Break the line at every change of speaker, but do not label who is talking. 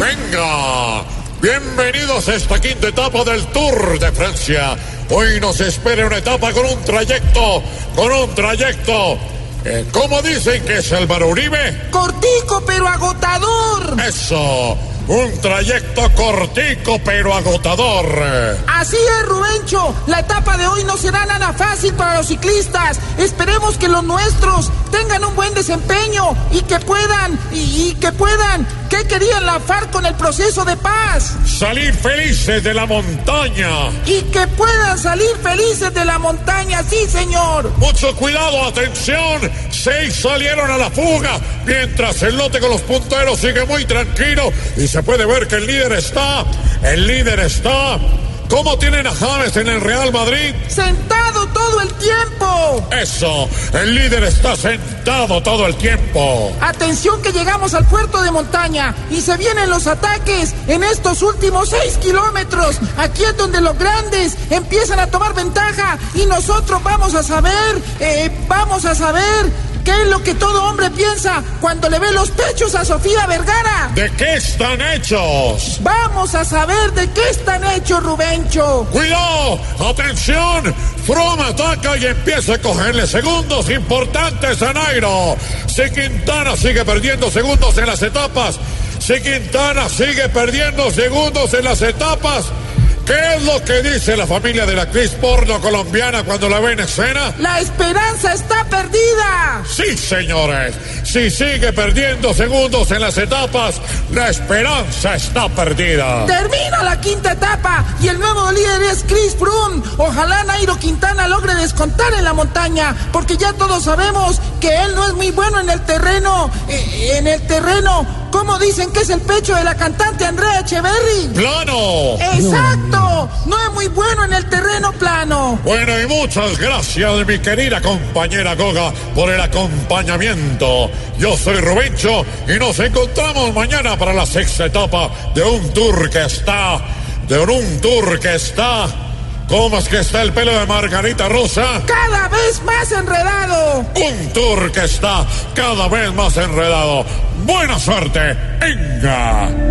Venga, bienvenidos a esta quinta etapa del Tour de Francia. Hoy nos espera una etapa con un trayecto, con un trayecto. eh, ¿Cómo dicen que es Álvaro Uribe?
Cortico pero agotador.
Eso, un trayecto cortico pero agotador.
Así es, Rubencho. La etapa de hoy no será nada fácil para los ciclistas. Esperemos que los nuestros tengan un buen desempeño y que puedan, y, y que puedan. ¿Qué querían la FARC con el proceso de paz?
Salir felices de la montaña.
Y que puedan salir felices de la montaña, sí, señor.
Mucho cuidado, atención. Seis salieron a la fuga. Mientras el lote con los punteros sigue muy tranquilo. Y se puede ver que el líder está. El líder está. ¿Cómo tienen a James en el Real Madrid?
Sentado todo el tiempo.
Eso. El líder está sentado todo el tiempo.
Atención que llegamos al puerto de montaña y se vienen los ataques en estos últimos seis kilómetros. Aquí es donde los grandes empiezan a tomar ventaja y nosotros vamos a saber, eh, vamos a saber qué es lo que todo hombre piensa cuando le ve los pechos a Sofía Vergara.
¿De qué están hechos?
Vamos a saber de qué están hechos, Rubencho.
¡Cuidado! ¡Atención! Froome ataca y empieza a cogerle segundos importantes a Nairo. Si Quintana sigue perdiendo segundos en las etapas, si Quintana sigue perdiendo segundos en las etapas, ¿qué es lo que dice la familia de la actriz porno colombiana cuando la ve en escena?
La esperanza está perdida.
Sí, señores, si sigue perdiendo segundos en las etapas, la esperanza está perdida.
Termina la quinta etapa y el nuevo líder es Chris Froome. Ojalá Nairo Quintana logre descontar en la montaña, porque ya todos sabemos que él no es muy bueno en el terreno, eh, en el terreno, como dicen que es el pecho de la cantante Andrea Echeverry.
¡Plano!
Exacto, no es muy bueno en el terreno plano.
Bueno, y muchas gracias, mi querida compañera Goga, por el acompañamiento. Yo soy Rubencho y nos encontramos mañana para la sexta etapa de un tour que está, de un tour que está. ¿Cómo es que está el pelo de Margarita Rosa?
Cada vez más enredado.
Un tour que está cada vez más enredado. Buena suerte, venga.